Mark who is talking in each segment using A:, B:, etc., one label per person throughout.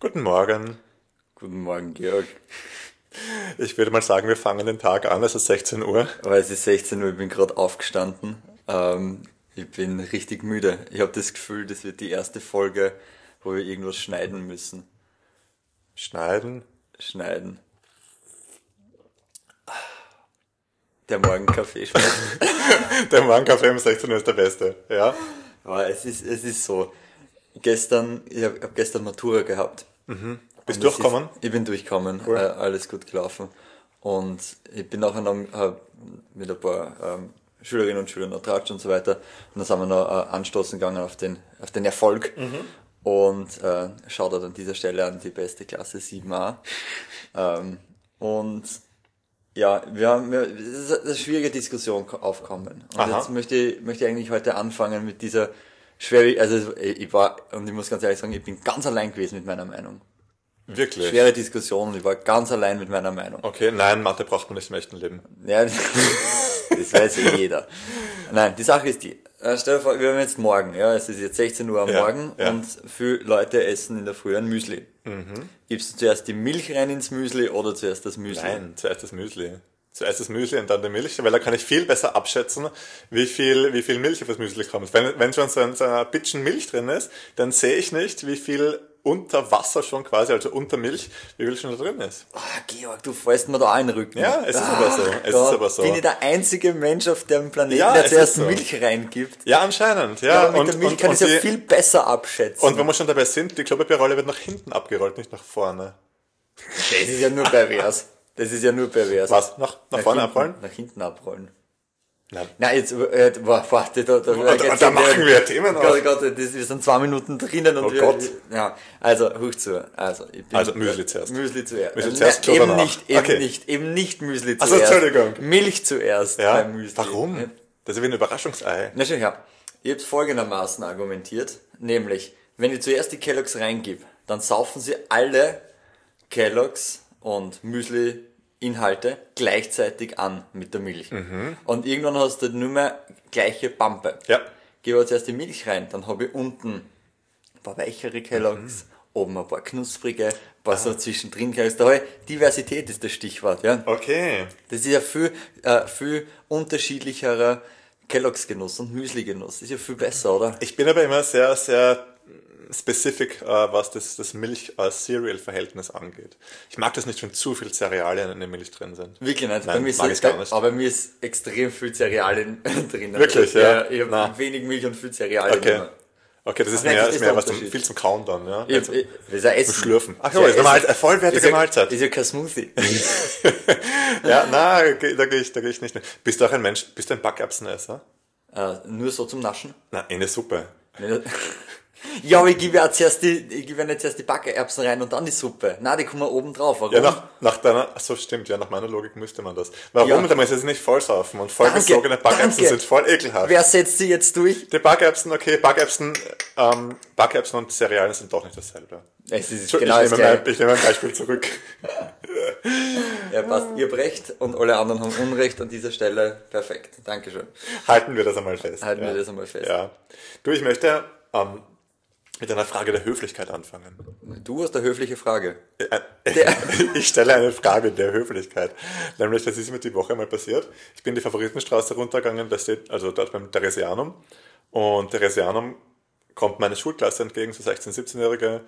A: Guten Morgen.
B: Guten Morgen, Georg.
A: Ich würde mal sagen, wir fangen den Tag an, es ist 16 Uhr.
B: Aber es ist 16 Uhr, ich bin gerade aufgestanden. Ähm, ich bin richtig müde. Ich habe das Gefühl, das wird die erste Folge, wo wir irgendwas schneiden müssen.
A: Schneiden.
B: Schneiden. Der Morgenkaffee schmeckt.
A: Der Morgenkaffee um 16 Uhr ist der beste. Ja.
B: Aber es ist, es ist so. Gestern, ich habe hab gestern Matura gehabt.
A: Bist
B: Und
A: du
B: es
A: durchgekommen?
B: Ist, ich bin durchgekommen, äh, alles gut gelaufen. Und ich bin nachher noch äh, mit ein paar ähm, Schülerinnen und Schülern ertratscht und so weiter. Und dann sind wir noch äh, anstoßen gegangen auf den, auf den Erfolg.
A: Mhm.
B: Und äh, schaut an dieser Stelle an die beste Klasse 7a. ähm, und ja, wir haben wir, es ist eine schwierige Diskussion ko- aufkommen. Und
A: Aha.
B: jetzt möchte ich, möchte ich eigentlich heute anfangen mit dieser schwere, also ich ich war, und ich muss ganz ehrlich sagen, ich bin ganz allein gewesen mit meiner Meinung.
A: Wirklich.
B: Schwere Diskussion, ich war ganz allein mit meiner Meinung.
A: Okay, nein, Mathe braucht man nicht im echten Leben.
B: Ja, das weiß eh jeder. Nein, die Sache ist die. äh, Stell dir vor, wir haben jetzt morgen, ja, es ist jetzt 16 Uhr am
A: Ja,
B: Morgen
A: ja. Mhm.
B: und viele Leute essen in der Früh ein Müsli. Gibst du zuerst die Milch rein ins Müsli oder zuerst das Müsli?
A: Nein, zuerst das Müsli. Zuerst das Müsli und dann die Milch, weil da kann ich viel besser abschätzen, wie viel, wie viel Milch auf das Müsli kommt. Wenn, wenn schon so ein, so ein bisschen Milch drin ist, dann sehe ich nicht, wie viel unter Wasser schon quasi, also unter Milch, wie viel schon da drin ist.
B: Ah, Georg, du fällst mir da einen Rücken. Ah,
A: Ja, es ist aber so. Es ist aber so.
B: Bin ich der einzige Mensch auf dem Planeten,
A: Ja, es
B: der
A: ist
B: zuerst
A: so.
B: Milch reingibt?
A: Ja, anscheinend, ja.
B: Aber mit der Milch kann ich es ja
A: die-
B: viel besser abschätzen.
A: Und wenn wir schon dabei sind, die Klopapierrolle wird nach hinten abgerollt, nicht nach vorne.
B: das ist ja nur pervers. Das ist ja nur pervers.
A: Was? Nach, nach, vorne
B: hinten,
A: abrollen?
B: Nach hinten abrollen.
A: Nein.
B: Nein, jetzt, äh, boah, warte, da, da,
A: Und- und Oh, da machen wir Themen
B: Gott,
A: auf.
B: Gott, das, wir sind zwei Minuten drinnen und
A: Oh
B: wir,
A: Gott.
B: Ja, also, hoch zu. Also, ich bin,
A: Also, Müsli zuerst.
B: Müsli zuerst.
A: Müsli
B: Äh,
A: zuerst,
B: nein,
A: Klo
B: eben
A: danach.
B: nicht, eben
A: Okay.
B: nicht, eben nicht Müsli
A: so,
B: zuerst.
A: Entschuldigung.
B: Milch zuerst
A: Ja?
B: beim Müsli.
A: Warum? Das ist wie ein Überraschungsei.
B: Na schön, ja. Ich hab's folgendermaßen argumentiert, nämlich, wenn ich zuerst die Kelloggs reingib, dann saufen sie alle Kelloggs und Müsli Inhalte gleichzeitig an mit der Milch. Und irgendwann hast du halt nur mehr gleiche Pampe.
A: Ja.
B: Gebe aber zuerst die Milch rein, dann habe ich unten ein paar weichere Kelloggs, oben ein paar knusprige, ein paar so zwischendrin Kelloggs. Da hab ich, Diversität ist das Stichwort, ja.
A: Okay.
B: Das ist ja viel, äh, viel unterschiedlicherer Kelloggs-Genuss und Müsli-Genuss. Ist ja viel besser, oder?
A: Ich bin aber immer sehr, sehr specific, äh, was das, das Milch-Cereal-Verhältnis angeht. Ich mag das nicht, wenn zu viel Cerealien in der Milch drin sind.
B: Wirklich nicht. bei
A: Nein,
B: mir ist
A: mag
B: es-
A: ich gar nicht.
B: Aber bei mir ist extrem viel Cerealien drin.
A: Wirklich,
B: Also,
A: ja?
B: Ich
A: Na.
B: habe wenig Milch und viel Cerealien.
A: Okay.
B: immer.
A: Okay, das ist
B: vielleicht
A: mehr,
B: ist
A: ist
B: der
A: mehr was zum,
B: Unterschied.
A: viel zum Kauen dann, ja? Also,
B: Ich, ich, das ist ja Essen.
A: Schlürfen. Ach
B: Das
A: so, ist eine
B: Essen.
A: Mahlzeit, eine vollwertige
B: Ist ja-
A: Mahlzeit.
B: Ist ja kein Smoothie.
A: Ja, na, ge- da gehe ich, da gehe ich nicht mit. Bist du auch ein Mensch, bist du ein Backerbsenesser?
B: äh, nur so zum Naschen. Ne?
A: Na, in der Suppe.
B: Ja, aber ich gebe ja zuerst die, ich gebe ja nicht zuerst die Backererbsen rein und dann die Suppe. Na, die kommen oben drauf. Warum?
A: Ja, nach, nach deiner, ach so stimmt, ja, nach meiner Logik müsste man das. Warum?
B: Ja.
A: Damit man es nicht vollsaufen und vollgesogene
B: Danke,
A: Backerbsen
B: danke.
A: sind voll ekelhaft.
B: Wer setzt sie jetzt durch?
A: Die Backerbsen, okay, Backerbsen, ähm, Backerbsen und Cerealien sind doch nicht dasselbe.
B: Es ist
A: Entschuldigung,
B: genau
A: ich,
B: das
A: nehme
B: Gleiche.
A: mein, ich nehme mein Beispiel zurück.
B: Ja, Äh, passt. Ihr habt recht und alle anderen haben Unrecht an dieser Stelle. Perfekt. Dankeschön.
A: Halten wir das einmal fest.
B: Halten wir das einmal fest.
A: Ja. Du, ich möchte ähm, mit einer Frage der Höflichkeit anfangen.
B: Du hast eine höfliche Frage.
A: Äh, Ich stelle eine Frage der Höflichkeit. Nämlich, das ist mir die Woche mal passiert. Ich bin die Favoritenstraße runtergegangen, da steht, also dort beim Theresianum. Und Theresianum kommt meine Schulklasse entgegen, so 16-, 17-jährige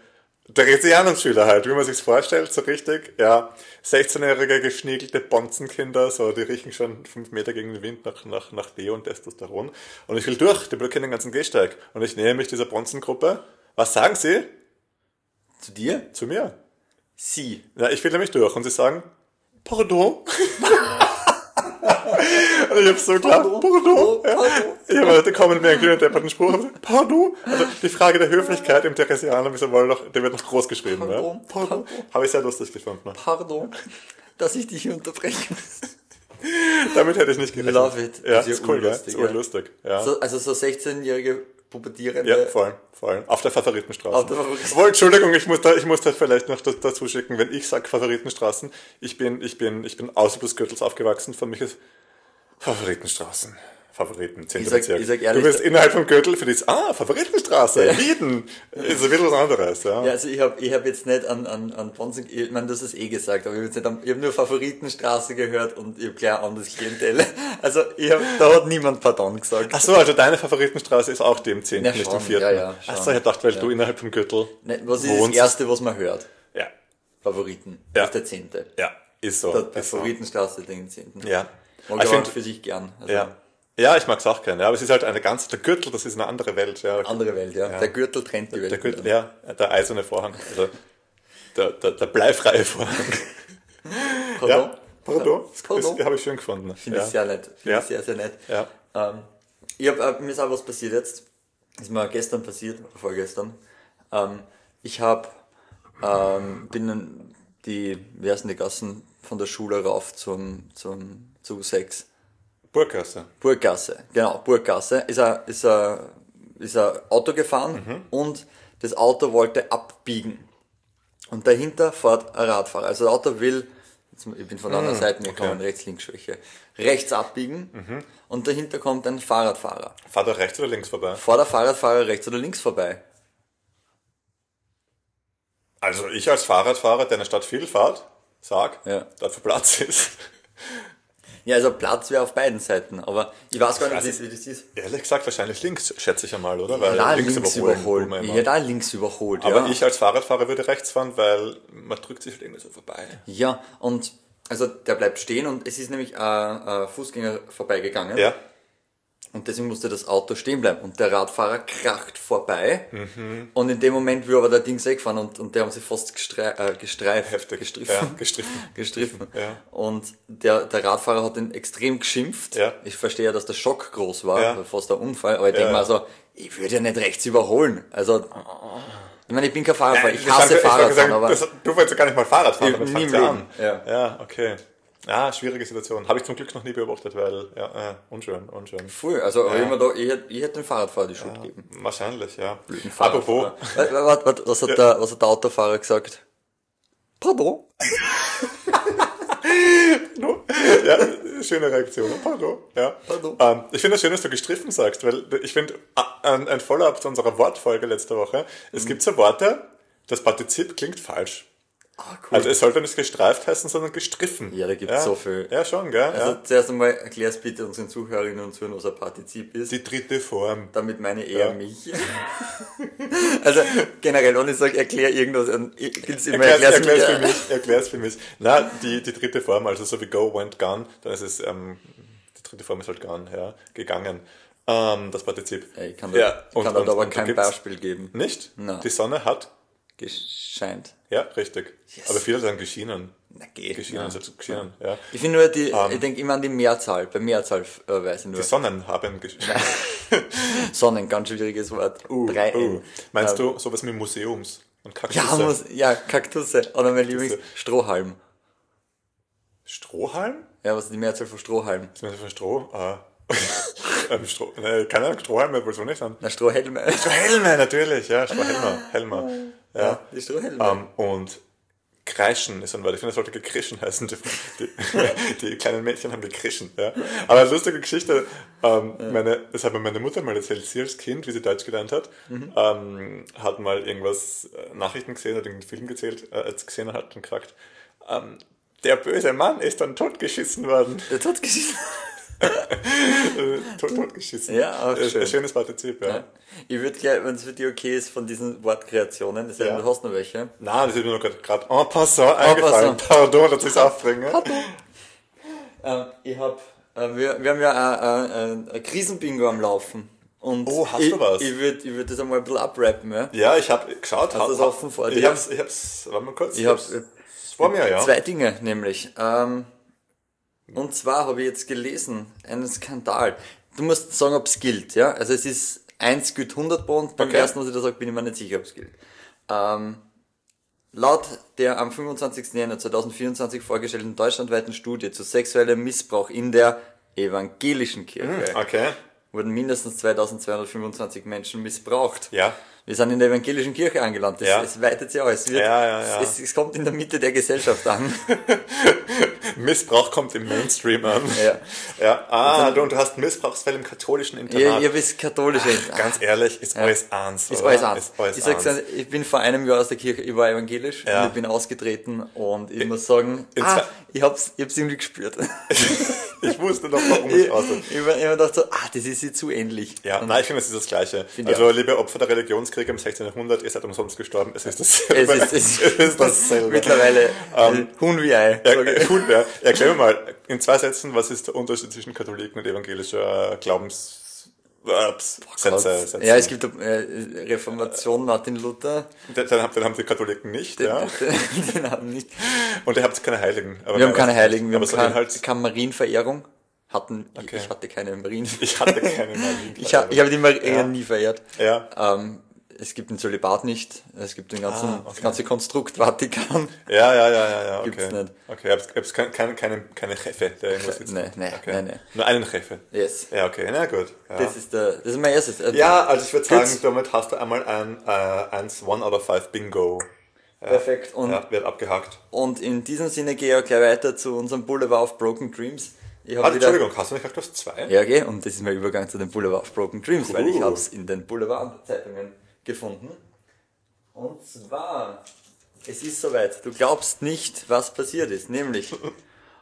A: Theresianum-Schüler halt, wie man sich's vorstellt, so richtig. Ja, 16-jährige geschniegelte Bonzenkinder, so, die riechen schon fünf Meter gegen den Wind nach, nach, nach Deo und Testosteron. Und ich will durch, die blockieren den ganzen Gehsteig. Und ich nähe mich dieser Bonzengruppe. Was sagen sie
B: Zu dir?
A: zu mir?
B: Sie.
A: Na, ich will nämlich durch und sie sagen, pardon. und Also, ich hab so klar, pardon.
B: Pardon,
A: Oh,
B: Oh, pardon.
A: Ich hab da kommen mir ein kleiner depperten Spruch und gesagt, pardon. Also die Frage der Höflichkeit im Theresianer, wieso wollen noch, der wird noch groß geschrieben.
B: Pardon,
A: ja? pardon.
B: pardon.
A: Habe ich sehr lustig gefunden.
B: Pardon, dass ich dich hier unterbreche.
A: Damit hätte ich nicht gerechnet.
B: Love it.
A: Ja,
B: Ist ja
A: ist cool, gell?
B: urlustig,
A: Ist
B: ja.
A: urlustig. Ja.
B: So, also so 16-jährige pubertierende.
A: Ja, voll, voll. Auf der Favoritenstraße.
B: Auf der Favoritenstraße.
A: Obwohl, Entschuldigung, ich muss da, ich muss da vielleicht noch das, dazu schicken, wenn ich sage Favoritenstraßen, ich bin, ich bin, ich bin außerhalb des Gürtels aufgewachsen, für mich ist Favoritenstraßen. Favoriten, 10.
B: Ich sag-
A: Bezirk.
B: ich sag ehrlich,
A: du bist
B: da-
A: innerhalb vom Gürtel für das, ah, Favoritenstraße, Wieden. Ist ein bisschen was anderes, ja.
B: Ja, also ich hab ich hab jetzt nicht an, an, an Bonzen, ich meine, das ist eh gesagt, aber ich hab, jetzt nicht an, ich hab nur Favoritenstraße gehört und ich hab gleich ein anderes Klientel. Also ich hab, da hat niemand Pardon gesagt.
A: Ach so, also deine Favoritenstraße ist auch die im 10.,
B: Na,
A: nicht
B: schon,
A: im 4.
B: ja, ja,
A: Ach so,
B: schon.
A: ich dachte, weil du innerhalb vom Gürtel
B: Nein, Ne, Was ist das
A: wohnst.
B: Erste, was man hört?
A: Ja,
B: Favoriten.
A: Ja.
B: Das ist der Zehnte.
A: ja, ist so.
B: Da hat die
A: ist so.
B: Favoritenstraße den Zehnten.
A: Ja.
B: Mag
A: Ich
B: ich
A: find-
B: für sich gern. Also
A: Ja. Ja, ich mag es auch gerne, ja, aber es ist halt eine ganze, der Gürtel, das ist eine andere Welt, ja.
B: Andere Welt, ja. Der Gürtel trennt die Welt.
A: Der Gürtel, ja, der eiserne Vorhang, also der, der, der bleifreie Vorhang.
B: Pardon?
A: Ja, pardon,
B: Das Pardon.
A: das habe ich schön gefunden.
B: Finde
A: ja.
B: ich sehr nett. Finde
A: Ja.
B: ich sehr, sehr nett.
A: Ja.
B: Ähm, ich hab, äh, mir ist auch was passiert jetzt. Ist mir gestern passiert, oder vorgestern. Ähm, ich habe, ähm, bin in die, wie heißen die Gassen, von der Schule rauf zum, zum, zu 6.
A: Burgkasse.
B: Burggasse, genau, Burggasse. Ist ein, ist ein, ist ein Auto gefahren
A: Mhm.
B: und das Auto wollte abbiegen. Und dahinter fährt ein Radfahrer. Also das Auto will, jetzt, ich bin von der
A: Mhm.
B: anderen Seite gekommen, rechts-links-Schwäche, rechts abbiegen
A: Mhm.
B: und dahinter kommt ein Fahrradfahrer.
A: Fahrt er rechts oder links vorbei?
B: Vor der Fahrradfahrer rechts oder links vorbei.
A: Also ich als Fahrradfahrer, der in der Stadt viel fahrt, sag,
B: Ja.
A: dort wo Platz ist.
B: Ja, also Platz wäre auf beiden Seiten, aber ich weiß gar nicht, wie das- wie das ist.
A: Ehrlich gesagt, wahrscheinlich links, schätze ich einmal, oder?
B: Ja, da
A: links
B: links,
A: überholen
B: überholt.
A: tun wir immer.
B: Ja, da links überholt.
A: Aber
B: ja.
A: ich als Fahrradfahrer würde rechts fahren, weil man drückt sich halt irgendwie so vorbei.
B: Ja, und also der bleibt stehen und es ist nämlich ein, ein Fußgänger vorbeigegangen
A: Ja,
B: und deswegen musste das Auto stehen bleiben und der Radfahrer kracht vorbei
A: Mhm.
B: und in dem Moment will aber der Dings wegfahren und, und der haben sich fast gestre äh, gestreift,
A: heftig.
B: gestriffen.
A: Ja, gestriffen.
B: gestriffen.
A: Ja.
B: Und der, der Radfahrer hat ihn extrem geschimpft.
A: Ja.
B: Ich verstehe ja, dass der Schock groß war,
A: Ja.
B: fast der Unfall, aber ich denke
A: Ja.
B: mal so, ich würde ja nicht rechts überholen. Also, ich meine, ich bin kein Fahrradfahrer, ich
A: das
B: hasse
A: haben wir- ich wollte
B: Fahrradfahren,
A: sagen,
B: aber...
A: das, du wolltest ja gar nicht mal Fahrrad fahren,
B: Eben,
A: damit
B: nie
A: fangst
B: im
A: du
B: Leben,
A: an.
B: ja.
A: ja, okay. Ah, schwierige Situation. Habe ich zum Glück noch nie beobachtet, weil, ja, äh, unschön, unschön.
B: Voll, also aber immer da, ich, hätte, ich hätte dem Fahrradfahrer die Schuld gegeben.
A: Wahrscheinlich, ja.
B: Fahrradfahrer.
A: Apropos,
B: Warte, warte, warte, was hat, der, was hat der Autofahrer gesagt? Pardon?
A: ja, schöne Reaktion. Pardon. Ja.
B: Pardon.
A: Ähm, ich finde es schön, dass du gestriffen sagst, weil ich finde, a- ein, ein Follow-up zu unserer Wortfolge letzte Woche. Es
B: Mhm.
A: gibt so Worte, das Partizip klingt falsch.
B: Ah, cool.
A: Also es sollte nicht gestreift heißen, sondern gestriffen.
B: Ja, da gibt's so viel.
A: Ja, schon, gell?
B: also
A: ja.
B: zuerst einmal erklär's bitte unseren Zuhörerinnen und Zuhörern, was ein Partizip ist.
A: Die dritte Form.
B: damit meine eher
A: Ja.
B: mich. also generell, wenn ich sage, erklär irgendwas, dann gibt's immer
A: Erklär's,
B: erklär's,
A: erklär's für
B: mir.
A: mich. Erklär's für mich. Na, die, die dritte Form, also so wie go, went, gone, dann ist es, ähm, die dritte Form ist halt gone, ja, gegangen. Ähm, das Partizip.
B: Ja, Ich kann da, ich kann da aber kein
A: gibt's-
B: Beispiel geben.
A: Nicht?
B: Na.
A: Die Sonne hat
B: Gescheint.
A: Ja, richtig. Aber viele sagen geschienen.
B: Na geh.
A: Geschienen,
B: Genau. Ja.
A: also geschienen, ja.
B: Ich finde nur die, ich denke immer an die Mehrzahl. Bei Mehrzahl äh, weiß ich nur.
A: Die Sonnen haben geschienen.
B: Sonnen, ganz schwieriges Wort.
A: Uh,
B: Drei N.
A: uh. Meinst du sowas wie Museums und Kaktusse?
B: Ähm. Ja, muss, ja, Kaktusse. Oder mein Lieblings, Strohhalm.
A: Strohhalm?
B: Ja, was ist die Mehrzahl von Strohhalm?
A: Ist das von Stroh? Ah. ähm, Stroh. Ne, keine Ahnung, Strohhalme wohl so nicht sein.
B: Na, Strohhelme.
A: Helme, natürlich, ja, Strohhelmer, Helmer. Ja.
B: Die Strohhelme.
A: Ähm, und Kreischen ist ein Wort. Ich finde, das sollte gekrischen heißen. Die, die, die kleinen Mädchen haben gekrischen. Ja. Aber eine lustige Geschichte. Ähm, meine, das hat mir meine Mutter mal erzählt. Sie als Kind, wie sie Deutsch gelernt hat,
B: Mhm.
A: ähm, hat mal irgendwas äh, Nachrichten gesehen, hat irgendeinen Film gezählt, äh, als gesehen hat und gefragt, ähm, der böse Mann ist dann totgeschissen worden.
B: Der Totgeschichte.
A: Äh, tot, totgeschissen.
B: Ja, auch
A: Äh,
B: schön.
A: Ein schönes Partizip, ja.
B: Ich würde gleich, wenn es für dich okay ist, von diesen Wortkreationen, das ja.
A: Ja.
B: du hast noch welche.
A: Nein, das ist mir nur gerade en passant eingefallen. Pardon, dass ich es aufbringe.
B: Ähm, ich hab, äh, wir, wir haben ja äh, ein, ein, ein Krisenbingo am Laufen. Und
A: Oh, hast
B: ich,
A: du was?
B: Ich würde ich würd das einmal ein bisschen abrappen, ja.
A: Ja, ich habe geschaut.
B: Hast du's
A: hab-
B: offen vor
A: Ich
B: dir?
A: hab's, ich hab's, warte mal kurz.
B: Ich hab
A: hab's vor mir, ja.
B: zwei Dinge, nämlich. Ähm, und zwar habe ich jetzt gelesen, einen Skandal. Du musst sagen, ob es gilt, ja? Also es ist eins gilt 100 Bond, beim
A: Okay.
B: ersten, was ich da sage, bin ich mir nicht sicher, ob es gilt. Ähm, laut der am 25. Januar 2024 vorgestellten deutschlandweiten Studie zu sexuellem Missbrauch in der evangelischen Kirche
A: Okay.
B: wurden mindestens 2225 Menschen missbraucht.
A: Ja.
B: Wir sind in der evangelischen Kirche angelangt. Es,
A: Ja.
B: es weitet sich aus. Es, wird,
A: Ja, ja, ja.
B: Es, es kommt in der Mitte der Gesellschaft an.
A: Missbrauch kommt im Mainstream an.
B: Ja.
A: ja. Ah, du, und du hast Missbrauchsfälle im katholischen
B: ihr,
A: Internat.
B: ihr bist katholische.
A: Ganz ehrlich, ist alles eins.
B: Ist
A: oder?
B: alles anders.
A: Ist alles
B: ich, sag's
A: eins.
B: ehrlich, ich bin vor einem Jahr aus der Kirche, ich war evangelisch
A: Ja.
B: und ich bin ausgetreten und ich muss sagen,
A: in
B: ah,
A: zwei-
B: ich hab's, ich hab's irgendwie gespürt.
A: ich wusste noch, warum
B: ich
A: ich
B: hab
A: raus
B: mir ich hab mir gedacht so, ah, das ist ihr zu ähnlich.
A: Ja, nein, ich finde, es ist das Gleiche.
B: Finde ich
A: Also, liebe Opfer der Religionskriege im 1600, ihr seid umsonst gestorben, es ist
B: Es
A: dasselbe.
B: ist, es ist,
A: dasselbe.
B: mittlerweile
A: Ähm,
B: äh, Huhn wie Ei.
A: Ja,
B: sag ich.
A: cool, ja. Erklär mir mal, in zwei Sätzen, was ist der Unterschied zwischen Katholiken und evangelischer Glaubens... Äh, Sätze, Sätze.
B: Ja, es gibt äh, Reformation Martin Luther,
A: Den, den haben- den haben die Katholiken nicht,
B: den,
A: ja.
B: den, den haben nicht.
A: Und ihr habt keine Heiligen. Aber
B: Wir haben keine Heiligen, wir
A: aber
B: haben
A: so
B: keine,
A: Inhalts-
B: keine Marienverehrung. Hatten,
A: Okay.
B: Ich hatte keine Marien.
A: Ich hatte keine Heiligen.
B: Ich, ha, ich habe die Maria
A: Ja.
B: nie verehrt.
A: Ja.
B: Ähm, es gibt den Zölibat nicht, es gibt den ganzen,
A: Ah,
B: das
A: okay.
B: ganze Konstrukt Vatikan.
A: Ja, ja, ja, ja, ja, okay.
B: Gibt's nicht.
A: Okay, ich hab's keinen keine, keine, keine Chefe, der irgendwas sitzt.
B: Nee, nee,
A: okay.
B: nee, nee.
A: Nur einen Chefe.
B: Yes.
A: Ja, okay, na gut. Ja,
B: Das ist der, das ist mein erstes. Äh,
A: ja also ich würde
B: Gibt's-
A: sagen, damit hast du einmal ein, äh, eins One out of Five Bingo.
B: Perfekt. Und,
A: Ja, wird abgehakt.
B: und in diesem Sinne gehe ich auch gleich weiter zu unserem Boulevard of Broken Dreams. Ich habe
A: Ah, Entschuldigung, hast du nicht gesagt, du hast zwei?
B: Ja, okay. Und das ist mein Übergang zu den Boulevard of Broken Dreams, weil ich
A: Cool.
B: habe es in den Boulevard-Zeitungen gefunden. Und zwar, es ist soweit. Du glaubst nicht, was passiert ist. Nämlich,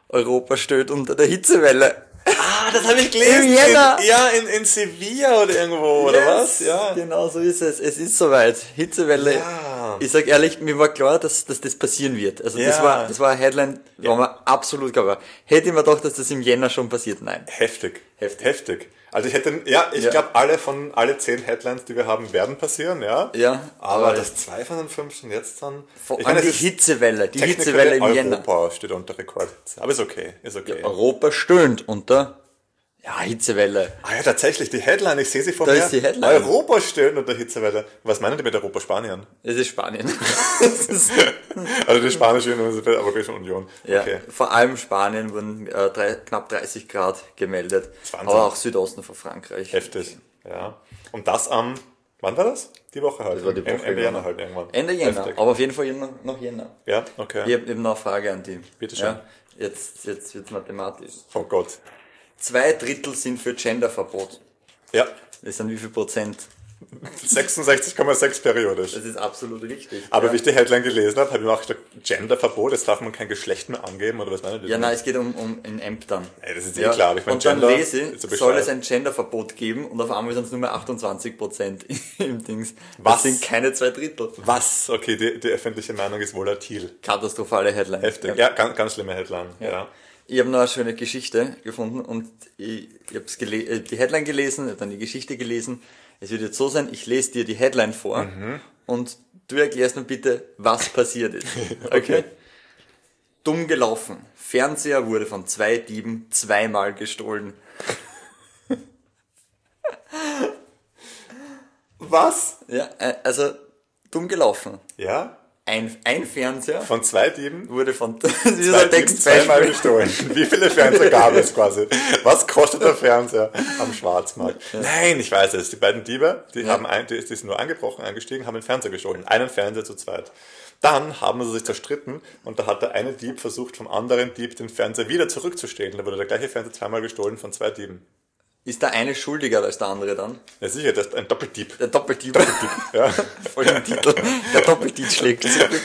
B: Europa stöhnt unter der Hitzewelle.
A: Ah, das habe ich
B: Im Jänner.
A: In, ja, in, in Sevilla oder irgendwo, oder was? Ja.
B: Genau so ist es. Es ist soweit. Hitzewelle.
A: Ja.
B: Ich sag ehrlich, mir war klar, dass, dass das passieren wird. Also das
A: Ja.
B: war das war eine Headline, war mir absolut klar. war. Hätte ich mir gedacht, dass das im Jänner schon passiert? Nein.
A: Heftig.
B: Heftig.
A: Heftig. Also ich hätte, ja, ich
B: Ja.
A: glaube, alle von, alle zehn Headlines, die wir haben, werden passieren, ja.
B: Ja,
A: Aber,
B: aber-
A: das zwei von den fünf sind jetzt dann.
B: Vor
A: Ich
B: allem
A: meine,
B: die
A: es ist-
B: Hitzewelle. Die
A: Technical
B: Hitzewelle im Jänner.
A: Europa steht unter Rekord. Aber ist okay, ist okay.
B: Europa stöhnt unter ja, Hitzewelle.
A: ah ja, tatsächlich, die Headline, ich sehe sie vor
B: Da
A: mir.
B: ist die Headline.
A: Europa stöhnt unter Hitzewelle. Was meinen die mit Europa Spanien?
B: Es ist Spanien.
A: Also die spanische Union, die Europäische Union.
B: ja,
A: Okay.
B: Vor allem Spanien wurden äh, drei, knapp 30 Grad gemeldet.
A: ist Wahnsinn.
B: Aber auch Südosten von Frankreich.
A: Heftig. Ja. Und das am, wann war das? Die Woche halt.
B: Das war die Woche,
A: Ende
B: genau.
A: Jänner halt irgendwann.
B: Ende Jänner,
A: Heftig.
B: aber auf jeden Fall noch, noch Jänner.
A: Ja, okay.
B: Ich habe eben noch eine Frage an die.
A: Bitte schön.
B: Ja, jetzt jetzt wird's mathematisch.
A: Oh Gott.
B: Zwei Drittel sind für Genderverbot.
A: Ja.
B: Das sind wie viel Prozent?
A: 66,6 periodisch.
B: Das ist absolut richtig.
A: Aber
B: ja.
A: wie ich die Headline gelesen habe, habe ich mir auch gedacht, Genderverbot, jetzt darf man kein Geschlecht mehr angeben oder was meine die?
B: ja, nein, es geht um, um in Ämtern.
A: Ey, das ist eh klar, aber ich mein,
B: Und dann
A: Gender
B: lese ich,
A: ist so bescheuert.
B: soll es ein Genderverbot geben und auf einmal sind es nur mehr 28 Prozent im Dings. Das
A: Was?
B: sind keine zwei Drittel.
A: Was? Okay, die, die öffentliche Meinung ist volatil.
B: Katastrophale Headline.
A: Heftig. Ja, ganz, ganz schlimme Headline. Ja.
B: Ich habe noch eine schöne Geschichte gefunden und ich, ich habe gele äh, die Headline gelesen, hab dann die Geschichte gelesen. Es wird jetzt so sein, ich lese dir die Headline vor
A: Mhm.
B: und du erklärst mir bitte, was passiert ist. Okay. Dumm gelaufen. Fernseher wurde von zwei Dieben zweimal gestohlen.
A: Was?
B: Ja, äh, also dumm gelaufen.
A: Ja?
B: Ein, ein Fernseher
A: Von zwei Dieben?
B: wurde von dieser
A: Zwei Dieben zweimal
B: Textbeispiel.
A: gestohlen. Wie viele Fernseher gab es quasi? Was kostet der Fernseher am Schwarzmarkt? Nein, ich weiß es. Die beiden Diebe, die haben ein, die, die sind nur angebrochen, angestiegen, haben den Fernseher gestohlen. Einen Fernseher zu zweit. Dann haben sie sich zerstritten und da hat der eine Dieb versucht, vom anderen Dieb den Fernseher wieder zurückzustehlen. Da wurde der gleiche Fernseher zweimal gestohlen von zwei Dieben.
B: Ist der eine schuldiger als der andere dann?
A: Ja, sicher, das ist ein Doppeldieb.
B: Der Doppeldieb.
A: Ja.
B: Voll im Titel. Der Doppeldieb schlägt Äh, zurück.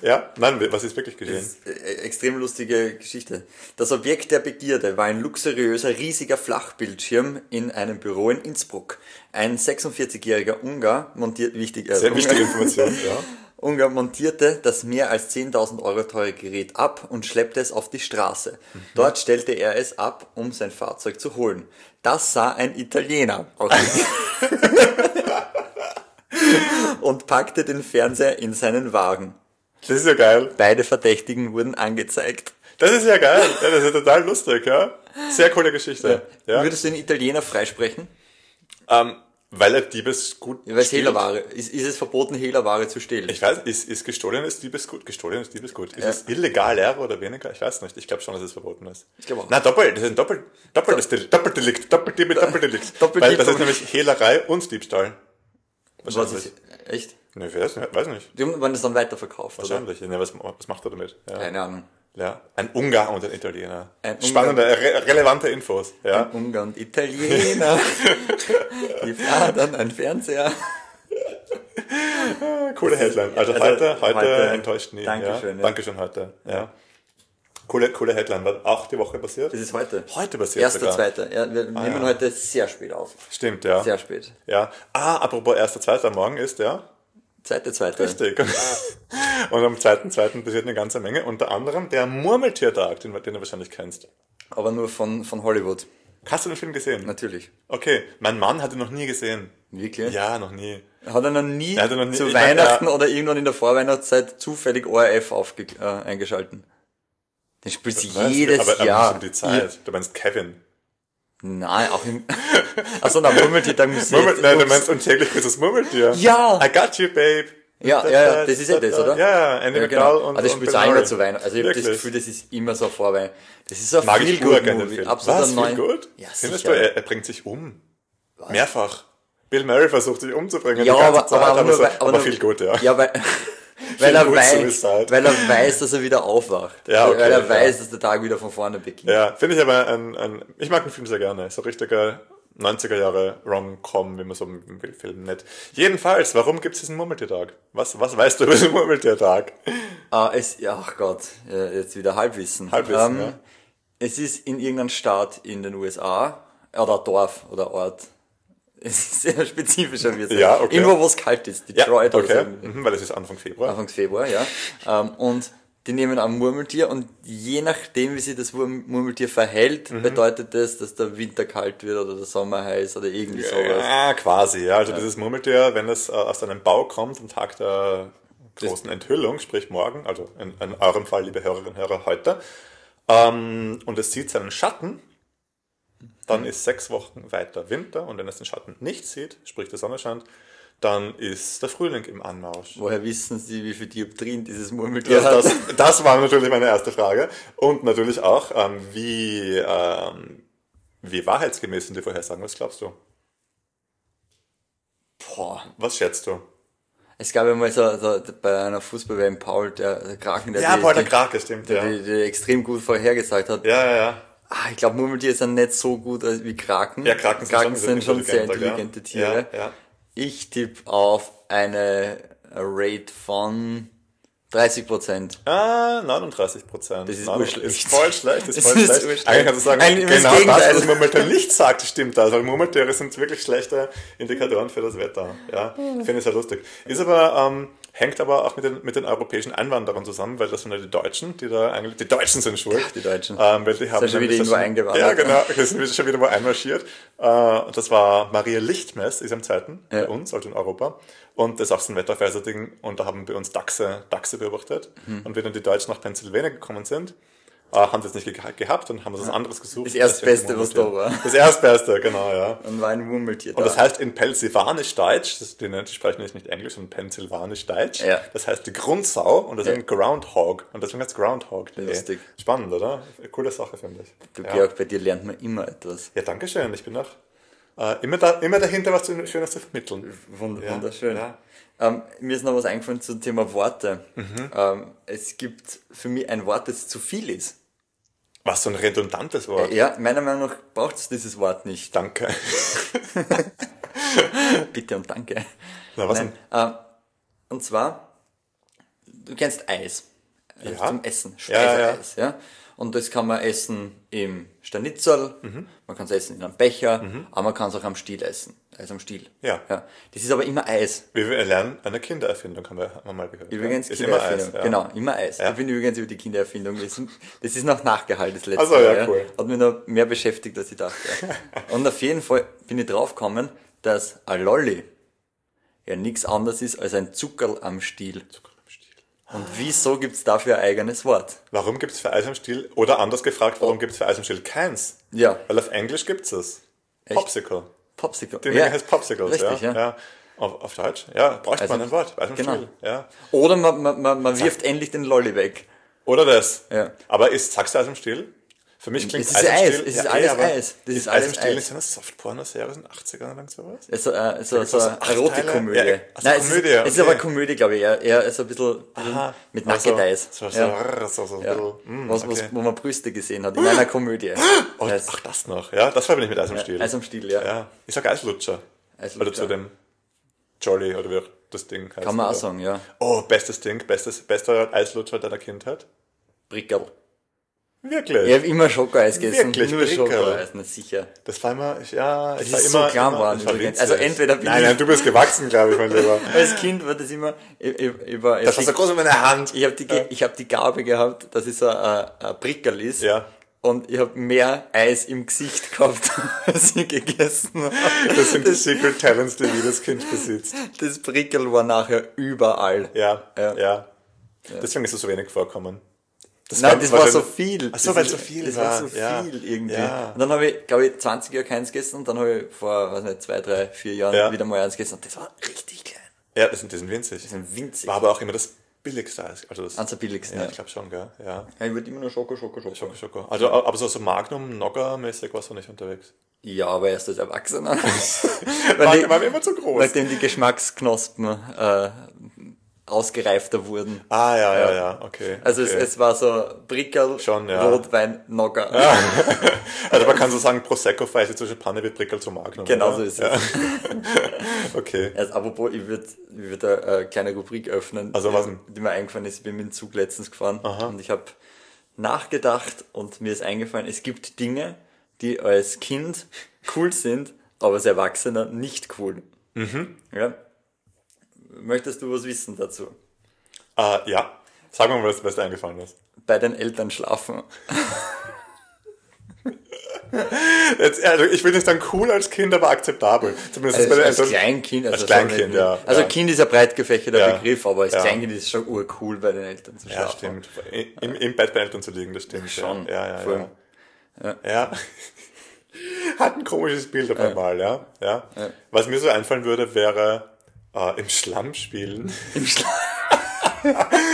A: ja, nein, was ist wirklich geschehen?
B: Äh, Extrem lustige Geschichte. Das Objekt der Begierde war ein luxuriöser, riesiger Flachbildschirm in einem Büro in Innsbruck. Ein 46-jähriger Ungar montiert, wichtig, äh,
A: Sehr
B: Ungar-
A: wichtige Information, ja.
B: Ungar montierte das mehr als 10.000 Euro teure Gerät ab und schleppte es auf die Straße.
A: Mhm.
B: Dort stellte er es ab, um sein Fahrzeug zu holen. Das sah ein Italiener aus- und packte den Fernseher in seinen Wagen.
A: Das ist ja geil.
B: Beide Verdächtigen wurden angezeigt.
A: Das ist ja geil. Ja, das ist ja total lustig, ja. Sehr coole Geschichte. Ja.
B: Würdest du den Italiener freisprechen?
A: Ähm, weil er Diebesgut.
B: Weil es
A: stiehlt.
B: Hehlerware ist, ist es verboten, Hehlerware zu stehlen.
A: Ich weiß, ist, ist gestohlenes Diebesgut gestohlenes Diebesgut? Ist
B: Ja.
A: es illegal, leer oder weniger? Ich weiß nicht. Ich glaube schon, dass es verboten ist. Ich
B: glaub auch.
A: Na, doppelt. Das ist ein doppelt, doppeltes Delikt. Doppeldelikt. Doppeldiebe, Doppeldelikt.
B: Doppeldieb,
A: Weil das ist
B: Doppel-
A: nämlich Hehlerei und Diebstahl.
B: Was ist, echt?
A: Nee, ich weiß nicht. Weiß nicht.
B: Die haben- waren das dann weiterverkauft, oder?
A: Wahrscheinlich. Nee, was, was macht er damit? Ja.
B: Keine Ahnung.
A: Ja. Ein Ungar und ein Italiener.
B: Ein
A: Spannende, re relevante Infos. Ja.
B: Ungarn und Italiener. Die fahren dann einen Fernseher.
A: Coole Headline. Also,
B: Also
A: heute, heute,
B: heute-
A: enttäuscht nie.
B: Dankeschön,
A: ja.
B: ja.
A: Dankeschön heute. Ja. Coole, coole Headline. War auch die Woche passiert?
B: Das ist heute.
A: Heute passiert
B: Erster,
A: sogar. Ah,
B: zweiter. Ja, wir nehmen
A: ja.
B: heute sehr spät auf.
A: Stimmt, ja.
B: Sehr spät.
A: Ja. Ah, apropos erster, zweiter Morgen ist, ja.
B: Zweite, zweite.
A: Richtig. Und am 2.2. passiert eine ganze Menge. Unter anderem der Murmeltiertag, den, den du wahrscheinlich kennst.
B: Aber nur von, von Hollywood.
A: Hast du den Film gesehen?
B: Natürlich.
A: Okay, mein Mann hat ihn noch nie gesehen.
B: Wirklich?
A: Ja, noch nie.
B: Hat er noch nie
A: Er hat noch nie-
B: zu
A: ich mein,
B: Weihnachten
A: ja.
B: oder irgendwann in der Vorweihnachtszeit zufällig ORF aufge äh, eingeschalten. Den spielt sie
A: Weißt du,
B: jedes
A: aber,
B: Jahr.
A: Aber um die Zeit. Du meinst Kevin.
B: Nein, auch im. Achso, na, Murmeltiertag muss ich
A: Murmel,
B: jetzt-
A: nein, du
B: Ups.
A: meinst und täglich grüßt das Murmeltier.
B: Ja.
A: I got you, babe.
B: Ja, ja, ja, das ist ja das, oder?
A: Ja, ja, Andy
B: Ja,
A: McDowell
B: genau.
A: und
B: Ah, das
A: und
B: spielt
A: Bill
B: auch immer
A: Murray.
B: zu Weihnachten. Also ich habe das
A: Wirklich.
B: Gefühl, das ist immer so vor Weihnachten. Das ist so ein
A: Mag ich
B: Feel-Good-Movie.
A: urgern den Film.
B: Absolut
A: Was?
B: ein neuer-
A: Feel good?
B: Ja,
A: Findest
B: sicher.
A: du, er, er bringt sich um. Mehrfach. Bill Murray versucht sich umzubringen
B: Ja,
A: die ganze
B: aber,
A: Zeit,
B: aber, aber, nur,
A: so,
B: weil-
A: aber
B: nur-
A: viel gut, ja.
B: Ja, weil, weil, er
A: Good
B: weiß,
A: Suicide.
B: weil er weiß, dass er wieder aufwacht.
A: Ja, okay,
B: weil er
A: ja.
B: weiß, dass der Tag wieder von vorne beginnt.
A: Ja, finde ich aber ein, ein, ich mag den Film sehr gerne. So richtiger 90er Jahre Rom-Com, wie man so im Film nennt. Jedenfalls, warum gibt es diesen Murmeltiertag? Was, was weißt du über den Murmeltiertag?
B: Ah, es, ach Gott, äh, jetzt wieder Halbwissen. Ähm,
A: Halbwissen, ja.
B: Es ist in irgendeinem Staat in den USA, oder Dorf oder Ort. Es ist sehr spezifischer wird
A: Ja, okay.
B: Irgendwo, wo es kalt ist, Detroit
A: okay.
B: oder so.
A: Mhm, weil es ist Anfang Februar.
B: Anfang Februar, ja. Ähm, und die nehmen ein Murmeltier und je nachdem, wie sich das Wurm- Murmeltier verhält,
A: Mhm.
B: bedeutet das, dass der Winter kalt wird oder der Sommer heiß oder irgendwie sowas.
A: Ja, quasi, ja. Also dieses Murmeltier, wenn es äh, aus einem Bau kommt am Tag der großen Enthüllung, sprich morgen, also in, in eurem Fall, liebe Hörerinnen und Hörer, heute, ähm, und es sieht seinen Schatten, dann ist sechs Wochen weiter Winter und wenn es den Schatten nicht sieht, sprich der Sonne scheint, dann ist der Frühling im Anmarsch.
B: Woher wissen Sie, wie viel Dioptrien dieses Murmeltier
A: Das,
B: hat?
A: das, das war natürlich meine erste Frage. Und natürlich auch, ähm, wie, ähm, wie wahrheitsgemäß sind die Vorhersagen? Was glaubst du?
B: Boah.
A: Was schätzt du?
B: Es gab einmal so, so bei einer Fußball-WM Paul, der, der Kraken, der,
A: Ja,
B: die,
A: Paul der
B: die-
A: Krake, stimmt, ja.
B: der, die, die extrem gut vorhergesagt hat.
A: Ja, ja, ja.
B: Ah, ich glaube, Murmeltiere sind nicht so gut als wie Kraken.
A: Ja, Kraken sind schon
B: sind schon sehr
A: intelligenter,
B: intelligente
A: ja.
B: Tiere.
A: Ja, ja.
B: Ich tippe auf eine Rate von 30 Prozent.
A: Ah, 39 Prozent.
B: Das ist urschlecht.
A: Ist voll schlecht, ist
B: Das
A: voll
B: ist
A: schlecht.
B: urschlecht.
A: Eigentlich kannst du sagen,
B: Eigentlich das
A: genau das,
B: Gegenteil.
A: was Murmeltier nicht sagt, stimmt das. Weil Murmeltiere sind wirklich schlechte Indikatoren für das Wetter. Ja,
B: Hm.
A: finde ich sehr lustig. Ist aber, ähm, hängt aber auch mit den, mit den europäischen Einwanderern zusammen, weil das sind ja die Deutschen, die da eigentlich, die Deutschen sind schuld.
B: die Deutschen.
A: Ähm, weil die haben
B: Sind schon
A: nämlich
B: wieder
A: das
B: irgendwo eingewandert.
A: Ja, genau. Die sind schon wieder wo einmarschiert. Äh, und das war Maria Lichtmess, ist am Zeiten bei
B: Ja.
A: uns, also in Europa. Und das ist auch so ein Wetterverser-Ding. Und da haben wir uns Dachse, Dachse beobachtet.
B: Mhm.
A: Und wenn dann die Deutschen nach Pennsylvania gekommen sind, äh, haben sie es nicht geha- gehabt und haben sie was anderes gesucht.
B: Das Erstbeste, was da war.
A: Das Erstbeste, genau, ja.
B: Dann war ein Murmeltier
A: Und
B: da.
A: das heißt in Pennsylvanisch-Deutsch, das- die, die sprechen jetzt nicht Englisch, sondern Pennsylvanisch-Deutsch,
B: Ja.
A: das heißt die Grundsau und das ist
B: Ja.
A: ein Groundhog. Und deswegen heißt es Groundhog. E.
B: Lustig.
A: Spannend, oder? Coole Sache, finde ich.
B: du,
A: Ja,
B: Georg, bei dir lernt man immer etwas.
A: ja danke schön. Ich bin auch äh, immer, da, immer dahinter, was zu- Schönes zu vermitteln.
B: Wund
A: Ja,
B: Wunderschön.
A: ja.
B: Ähm, mir ist noch was eingefallen zum Thema Worte.
A: Mhm.
B: Ähm, es gibt für mich ein Wort, das zu viel ist.
A: Was so ein redundantes Wort.
B: Ja, meiner Meinung nach braucht es dieses Wort nicht.
A: Danke.
B: Bitte und danke.
A: Na, was
B: Nein,
A: denn?
B: ähm, und zwar, du kennst Eis. Also
A: Ja.
B: Zum Essen.
A: Ja, ja, ja.
B: Speiseeis. Ja, Und das kann man essen im Stanitzel,
A: Mhm.
B: man kann es essen in einem Becher, aber man kann es auch am Stiel essen. Eis am Stiel.
A: Ja.
B: ja. Das ist aber immer Eis.
A: Wir wir lernen eine Kindererfindung, haben wir, haben wir mal gehört.
B: Übrigens
A: ja. Ist immer
B: Kindererfindung.
A: Eis, ja.
B: Genau, immer Eis.
A: Ja.
B: Ich bin übrigens über die Kindererfindung. Das ist- das ist noch nachgehalten, das letzte
A: Ach so, ja,
B: Jahr,
A: cool.
B: Hat mich noch mehr beschäftigt, als ich dachte. Und auf jeden Fall bin ich draufgekommen, dass ein Lolli ja nichts anderes ist als ein Zuckerl am Stiel.
A: Zucker am Stiel.
B: Und wieso gibt's dafür ein eigenes Wort?
A: Warum gibt es für Eis am Stiel, oder anders gefragt, warum gibt es für Eis am Stiel keins?
B: Oh. Ja.
A: Weil auf Englisch gibt es es. Popsicle.
B: Popsicle.
A: Die
B: ja.
A: Menge heißt Popsicles,
B: Richtig,
A: ja.
B: ja.
A: Auf, auf Deutsch, ja, bräuchte
B: Also-
A: man ein Wort. Weiß man
B: genau.
A: viel, ja.
B: Oder man, man, man, man wirft endlich den Lolli weg.
A: Oder das.
B: Ja.
A: Aber ist, sagst du Eis am Stiel? Für mich klingt
B: Es ist Eis,
A: Still-
B: es ist
A: ja,
B: alles
A: aber
B: Eis. Das ist
A: ist Eis
B: alles
A: im Stil
B: Eis.
A: nicht so eine Softporno-Serie aus den 80ern oder sowas?
B: Es ist äh, so, so
A: so
B: eine
A: acht
B: Erotikkomödie.
A: Teile? Ja, also
B: Nein, es
A: Komödie,
B: ist, es ist
A: okay.
B: aber Komödie, glaube ich. Eher, eher so ein bisschen bisschen mit
A: Also,
B: Nacketeis.
A: So, so,
B: ja.
A: so, so, so,
B: Ja.
A: so. Mm,
B: was,
A: okay.
B: was, wo man Brüste gesehen hat, in einer Komödie.
A: Und,
B: Eis-
A: ach, das noch. Ja, das war aber nicht mit Eis im
B: ja,
A: Stiel.
B: Eis am Stiel, ja.
A: ja. Ich sag Eislutscher.
B: Eislutscher.
A: Oder zu dem Jolly oder wie auch das Ding heißt.
B: Kann man auch
A: oder?
B: sagen, ja.
A: Oh, bestes Ding, bestes, bester Eislutscher deiner Kindheit.
B: Brickerl.
A: Wirklich?
B: Ich habe immer Schokoeis gegessen.
A: Wirklich,
B: nur
A: Brickerl?
B: Schokoeis, na sicher.
A: Das war immer, ich, ja, ich
B: Das
A: war
B: ist so
A: immer,
B: klein
A: immer
B: geworden
A: ich war
B: übrigens.
A: winzig.
B: Also entweder bin
A: nein,
B: ich-
A: nein, du bist gewachsen, glaube ich, mein Lieber.
B: Als Kind war das immer... Ich, ich, ich, war, ich
A: Das
B: hab
A: war so groß wie meine Hand.
B: Ich habe die, Ge- ich hab die Gabe gehabt, dass es ein, ein ein Prickerl ist.
A: Ja.
B: Und ich habe mehr Eis im Gesicht gehabt, als ich gegessen habe.
A: Das sind die Secret Talents, die jedes Kind besitzt.
B: Das Prickel war nachher überall.
A: Ja, ja.
B: Ja.
A: Deswegen ist es so wenig vorkommen. Das
B: Nein, das war so
A: wahrscheinlich-
B: viel.
A: Ach so,
B: Das
A: weil
B: ist-
A: so viel
B: das
A: war.
B: war so
A: Ja.
B: viel irgendwie.
A: Ja.
B: Und dann habe ich, glaube ich, 20 Jahre keins gegessen und dann habe ich vor, weiß nicht, zwei, drei, vier Jahren
A: Ja.
B: wieder mal eins gegessen und das war richtig klein.
A: Ja, das sind, die sind winzig.
B: Das sind winzig.
A: War aber auch immer das billigste Eis. Also das,
B: Eins der billigsten.
A: ja,
B: Ja.
A: ich glaube schon, gell? Ja.
B: Ja, ich würde immer nur Schoko, Schoko, Schoko.
A: Schoko, Schoko. Also, aber so, so Magnum, Nogger-mäßig warst du nicht unterwegs.
B: Ja, aber erst als
A: War,
B: Erwachsener. Weil die-
A: war mir immer zu groß.
B: Nachdem die Geschmacksknospen äh, ausgereifter wurden.
A: ah, ja, ja, ja, okay.
B: Also
A: okay.
B: es, es war so Brickerl,
A: Schon, ja.
B: Rotwein, Nogger.
A: Also man kann so sagen, Prosecco verheißt zwischen Panne wie Prickel zu Magnum.
B: Genau
A: oder?
B: so ist es.
A: Okay.
B: Also, apropos, ich würde ich würd eine, äh, kleine Rubrik öffnen,
A: Also,
B: die,
A: was denn?
B: die mir eingefallen ist. Ich bin mit dem Zug letztens gefahren und ich habe nachgedacht und mir ist eingefallen, es gibt Dinge, die als Kind cool sind, aber als Erwachsener nicht cool.
A: Mhm.
B: Ja? Möchtest du was wissen dazu?
A: Ah, ja. Sag mal, was, was dir eingefallen ist.
B: Bei den Eltern schlafen.
A: Jetzt, also ich will nicht sagen cool als Kind, aber akzeptabel. Zumindest
B: Also
A: bei den
B: als
A: Eltern.
B: Kleinkind, also
A: als
B: schon
A: Kleinkind,
B: nicht-
A: ja,
B: Also
A: ja.
B: Kind ist ein breit gefächerter
A: Ja,
B: Begriff, aber als
A: ja.
B: Kleinkind ist es schon urcool, bei den Eltern zu
A: Ja,
B: schlafen.
A: stimmt. Im, Im Bett bei Eltern zu liegen, das stimmt.
B: Schon,
A: Ja, ja,
B: voll.
A: ja. ja. ja. Hat ein komisches Bild auf einmal, ja. Ja. Was mir so einfallen würde, wäre äh, im Schlamm spielen.
B: Im Schlaf.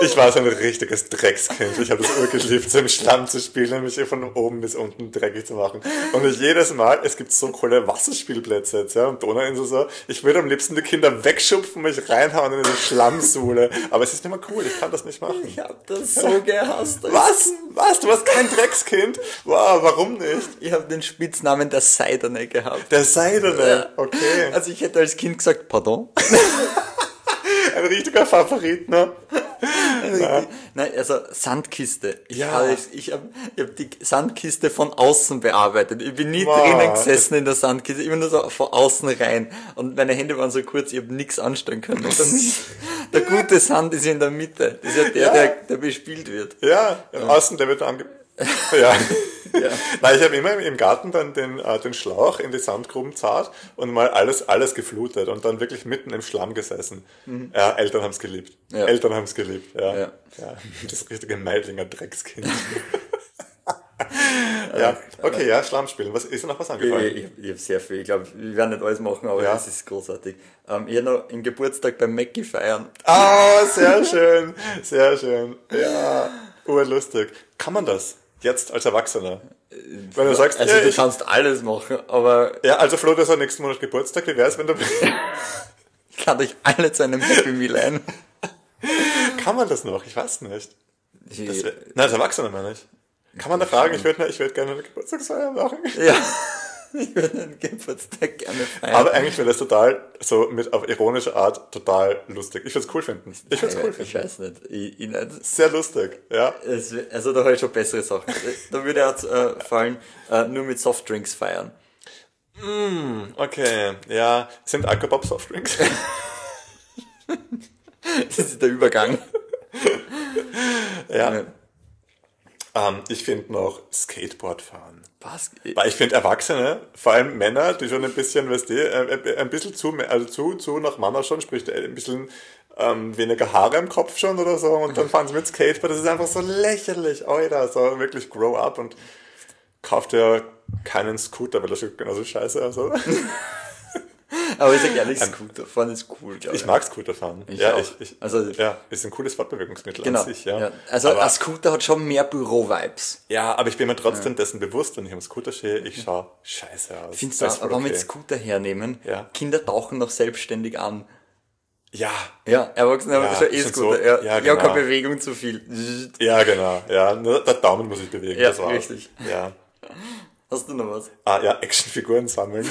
A: Ich war so ein richtiges Dreckskind. Ich habe es urgeliebt, so im Schlamm zu spielen und mich hier von oben bis unten dreckig zu machen. Und ich jedes Mal, es gibt so coole Wasserspielplätze jetzt, ja, und Donauinsel so. Ich würde am liebsten die Kinder wegschupfen, mich reinhauen in diese Schlammsuhle. Aber es ist nicht mehr cool, ich kann das nicht machen.
B: Ich hab das so gehasst.
A: Was? Was? Du warst kein Dreckskind? Wow, warum nicht?
B: Ich habe den Spitznamen der Seidene gehabt.
A: Der Seidene, okay.
B: Also ich hätte als Kind gesagt, pardon.
A: Ein richtiger Favorit, ne?
B: Nein, also Sandkiste. Ich
A: Ja.
B: habe ich hab, ich hab die Sandkiste von außen bearbeitet. Ich bin nie
A: Wow.
B: drinnen gesessen in der Sandkiste, immer nur so von außen rein. Und meine Hände waren so kurz, ich habe nichts anstellen können. Und dann, der gute Sand ist in der Mitte. Das ist ja der,
A: Ja.
B: der, der bespielt wird.
A: Ja, im Außen, der wird ange... Ja. Nein, ich habe immer im- im Garten dann den, äh, den Schlauch in die Sandgruben zart und mal alles, alles geflutet und dann wirklich mitten im Schlamm gesessen. Ja, Eltern haben's geliebt.
B: Ja.
A: Eltern haben's geliebt, ja. Mhm. ja.
B: Ja.
A: Das richtige Meidlinger Dreckskind. ja, okay, ja, Schlamm spielen. Was, ist dir noch was
B: Ich,
A: angefallen?
B: ich, ich habe sehr viel. Ich glaube, wir werden nicht alles machen, aber
A: Ja.
B: das ist großartig. Ähm, ich hab noch im Geburtstag beim Mackie feiern.
A: Ah, sehr schön, sehr schön. Ja, urlustig. Kann man das? Jetzt als Erwachsener? Wenn du sagst,
B: Also
A: ja,
B: du
A: ich,
B: kannst alles machen, aber
A: ja, also Flo, du hast ja nächsten Monat Geburtstag. Wie wär's, wenn du...
B: ich kann euch alle zu einem Happy Meal ein.
A: Kann man das noch? Ich weiß nicht. Das
B: Die-
A: wär, nein, als Erwachsener meine ich. Kann man da fragen? Ich würde ich würd gerne eine Geburtstagsfeier machen.
B: Ja, ich würde einen Geburtstag gerne feiern.
A: Aber eigentlich wäre das total, so mit auf ironische Art, total lustig. Ich würde es cool finden. Ich würde es cool
B: ich,
A: finden.
B: ich weiß nicht. Ich, ich nicht.
A: Sehr lustig, ja.
B: Es, wär- also da habe ich schon bessere Sachen. Da würde er äh, fallen, äh, nur mit Softdrinks feiern.
A: Okay, ja. Sind Aquabob Softdrinks?
B: Das ist der Übergang.
A: ja. Ähm, ich finde noch Skateboard fahren.
B: Was?
A: Weil ich finde Erwachsene, vor allem Männer, die schon ein bisschen, weißt du, äh, äh, ein bisschen zu, also zu, zu nach Manner schon, sprich äh, ein bisschen ähm, weniger Haare im Kopf schon oder so und dann fahren sie mit Skateboard, das ist einfach so lächerlich, Alter, so wirklich grow up und also. kauft ja keinen Scooter, weil das sieht genauso scheiße aus, oder?
B: Aber ich sage ehrlich, Scooterfahren ist cool, glaube
A: Ich mag Scooterfahren.
B: Ich
A: ja,
B: auch.
A: ich, ich,
B: Also-
A: ja, ist ein cooles Fortbewegungsmittel
B: Genau.
A: an sich. Ja,
B: ja. Also
A: aber,
B: ein Scooter hat schon mehr Büro-Vibes.
A: ja, aber ich bin mir trotzdem dessen bewusst, wenn ich am Scooter stehe, ich schaue scheiße aus.
B: Findest du,
A: Das
B: auch,
A: ist voll
B: aber wenn wir
A: okay.
B: jetzt Scooter hernehmen,
A: Ja.
B: Kinder tauchen noch selbstständig an.
A: Ja,
B: Ja, Erwachsene haben
A: Ja,
B: schon eh
A: schon
B: Scooter.
A: so.
B: ja,
A: Ja,
B: ja,
A: genau.
B: keine Bewegung zu viel.
A: ja, genau. Ja, nur der Daumen muss ich bewegen.
B: Ja,
A: das war's.
B: richtig.
A: Ja.
B: Hast du noch was?
A: Ah ja, Actionfiguren sammeln.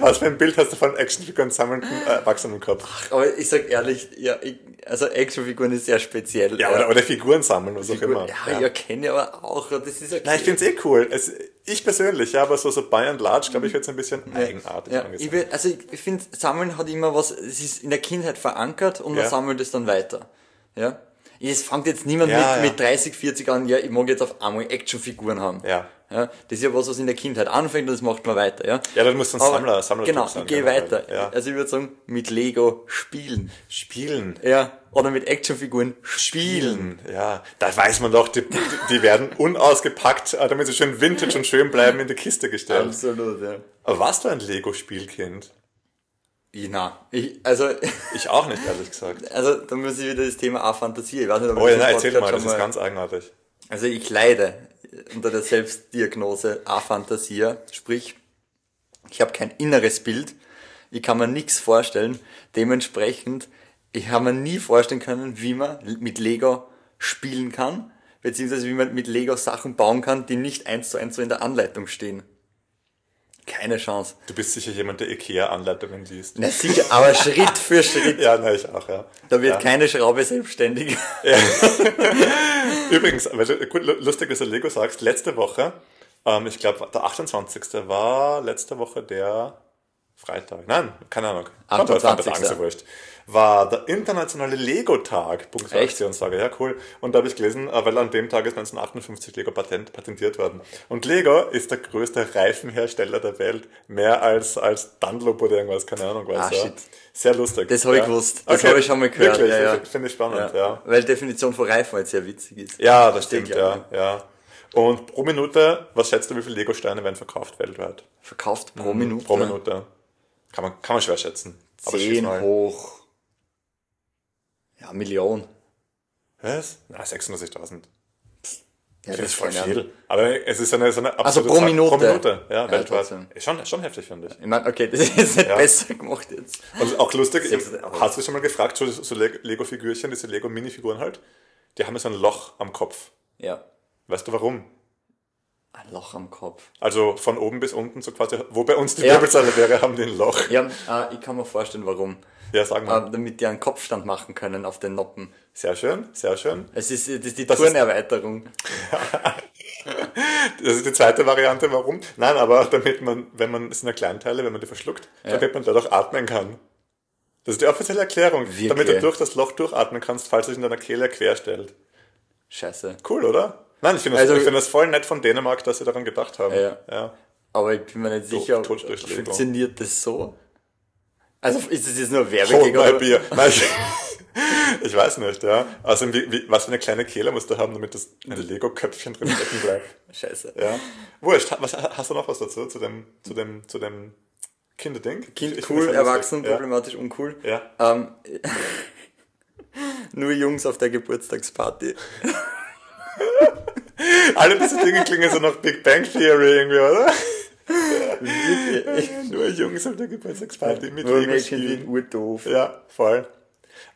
A: Was für ein Bild hast du von Actionfiguren sammeln äh, Erwachsenen im Kopf?
B: Aber ich sag ehrlich, ja, ich, also Actionfiguren ist sehr speziell.
A: Ja, Oder, oder Figuren sammeln, was auch immer.
B: Ja, ja. kenne ich aber auch. Das ist okay.
A: Nein, ich finde es eh cool. Es, ich persönlich, ja, aber so, so by and large, glaube ich, wird es ein bisschen eigenartig
B: Mhm. ja, ich
A: angesehen.
B: will, also ich finde, Sammeln hat immer was, es ist in der Kindheit verankert und man
A: Ja.
B: sammelt es dann weiter. Ja? Es fängt jetzt niemand
A: Ja,
B: mit,
A: ja.
B: mit 30, 40 an, ja, ich mag jetzt auf einmal Actionfiguren haben.
A: Ja.
B: ja. Das ist ja was, was in der Kindheit anfängt und das macht man weiter. Ja,
A: Ja, dann musst du ein
B: Aber-
A: Sammler- Sammlertyp
B: Genau,
A: sein,
B: ich gehe
A: generell.
B: weiter.
A: Ja.
B: Also ich würde sagen, mit Lego spielen.
A: Spielen.
B: Ja, oder mit Actionfiguren spielen.
A: Ja, da weiß man doch, die, die, die werden unausgepackt, äh, damit sie schön vintage und schön bleiben, in die Kiste gestellt.
B: Absolut, ja.
A: Aber warst du ein Lego-Spielkind?
B: Ich, na, ich, also,
A: Ich auch nicht, ehrlich gesagt.
B: also, da muss ich wieder das Thema A-Fantasie, ich weiß nicht, ob ich
A: Oh ja,
B: das
A: nein,
B: im
A: erzähl
B: Podcast
A: mal,
B: schon
A: das ist ganz eigenartig.
B: Also ich leide unter der Selbstdiagnose Aphantasia, sprich, ich habe kein inneres Bild, ich kann mir nichts vorstellen, dementsprechend, ich habe mir nie vorstellen können, wie man mit Lego spielen kann, beziehungsweise wie man mit Lego Sachen bauen kann, die nicht eins zu eins so in der Anleitung stehen. Keine Chance.
A: Du bist sicher jemand, der Ikea-Anleitungen liest.
B: Na sicher, aber Schritt für Schritt.
A: Ja, nein, ich auch, ja.
B: Da wird
A: ja.
B: keine Schraube selbstständig.
A: Übrigens, weil du, gut, lu- lustig, dass du Lego sagst, letzte Woche, ähm, ich glaube, der 28. war letzte Woche der Freitag. Nein, keine Ahnung.
B: 28..
A: Sonntag, Sonntag, wurscht. War der internationale Lego-Tag, Punkt
B: Echt?
A: Aktionstage. Ja, cool. Und da habe ich gelesen, äh, weil an dem Tag ist 1958 Lego patent, patentiert worden. Und Lego ist der größte Reifenhersteller der Welt. Mehr als, als Dunlop oder irgendwas, keine Ahnung was.
B: Ah,
A: ja.
B: shit.
A: Sehr lustig.
B: Das habe ich
A: ja.
B: gewusst. Das habe ich schon mal gehört.
A: Wirklich,
B: Ja, ja.
A: finde ich spannend, ja.
B: Weil Definition von Reifen halt sehr witzig ist.
A: Ja, das
B: Verstehe
A: stimmt,
B: ich
A: ja, ja. Und pro Minute, was schätzt du, wie viele Lego-Steine werden verkauft weltweit?
B: Verkauft pro Minute.
A: Mhm. Pro Minute. Kann man, kann man schwer schätzen. schieß
B: 10
A: mal.
B: hoch. Ja, Million.
A: Was? Na, 600.000.
B: Ja,
A: Das ist voll
B: keine Ahnung.
A: viel. Aber es ist eine, so eine absolute
B: Also pro
A: Zahl.
B: Minute.
A: Pro Minute, ja,
B: Ja,
A: weltweit.
B: trotzdem.
A: Ist schon, schon heftig, finde ich.
B: Ich meine, okay, das ist jetzt nicht
A: Ja.
B: besser gemacht jetzt.
A: Und auch lustig,
B: Sechs-
A: im- hast du schon mal gefragt, so, so Le- Lego-Figürchen, diese Lego-Minifiguren halt, die haben ja so ein Loch am Kopf.
B: Ja.
A: Weißt du warum?
B: Ein Loch am Kopf.
A: Also von oben bis unten, so quasi, wo bei uns die
B: Ja.
A: Wirbelsäule wäre, haben die ein Loch.
B: Ja, äh, ich kann mir vorstellen, warum.
A: Ja, sag mal.
B: Äh, damit die einen Kopfstand machen können auf den Noppen.
A: Sehr schön, sehr schön.
B: Es ist, äh, das ist die
A: Das ist-
B: Turnerweiterung.
A: Das ist die zweite Variante, warum? Nein, aber damit man, wenn man, es sind ja Kleinteile, wenn man die verschluckt, damit man dadurch atmen kann. Das ist die offizielle Erklärung, damit du
B: Wirklich?
A: durch das Loch durchatmen kannst, falls sich in deiner Kehle querstellt.
B: Scheiße.
A: Cool, oder? Nein, ich finde das,
B: Also-
A: ich finde das voll nett von Dänemark, dass sie daran gedacht haben.
B: Ja.
A: ja.
B: Aber ich bin mir nicht sicher, ob,
A: Totdurchlegung.
B: funktioniert das so? Also ist es jetzt nur
A: Hol
B: Werbung
A: mein
B: gegenüber-
A: Oh, Bier. Nein, ich, ich weiß nicht, ja. Also, wie, wie, was für eine kleine Kehle musst du haben, damit das ein Lego-Köpfchen drin stecken bleibt.
B: Scheiße.
A: Ja. Wurscht, ha- was, hast du noch was dazu, zu dem, zu dem, zu dem Kinderding? Ich
B: Kind
A: find's
B: cool,
A: sehr lustig.
B: erwachsen,
A: ja.
B: problematisch, uncool.
A: Ja.
B: Ähm, nur Jungs auf der Geburtstagsparty.
A: Alle diese Dinge klingen so nach Big Bang Theory irgendwie, oder? Nur Jungs auf der Geburtstagsparty mit
B: Nur
A: Lego
B: Mädchen sind
A: spielen.
B: urdoof.
A: Ja, voll.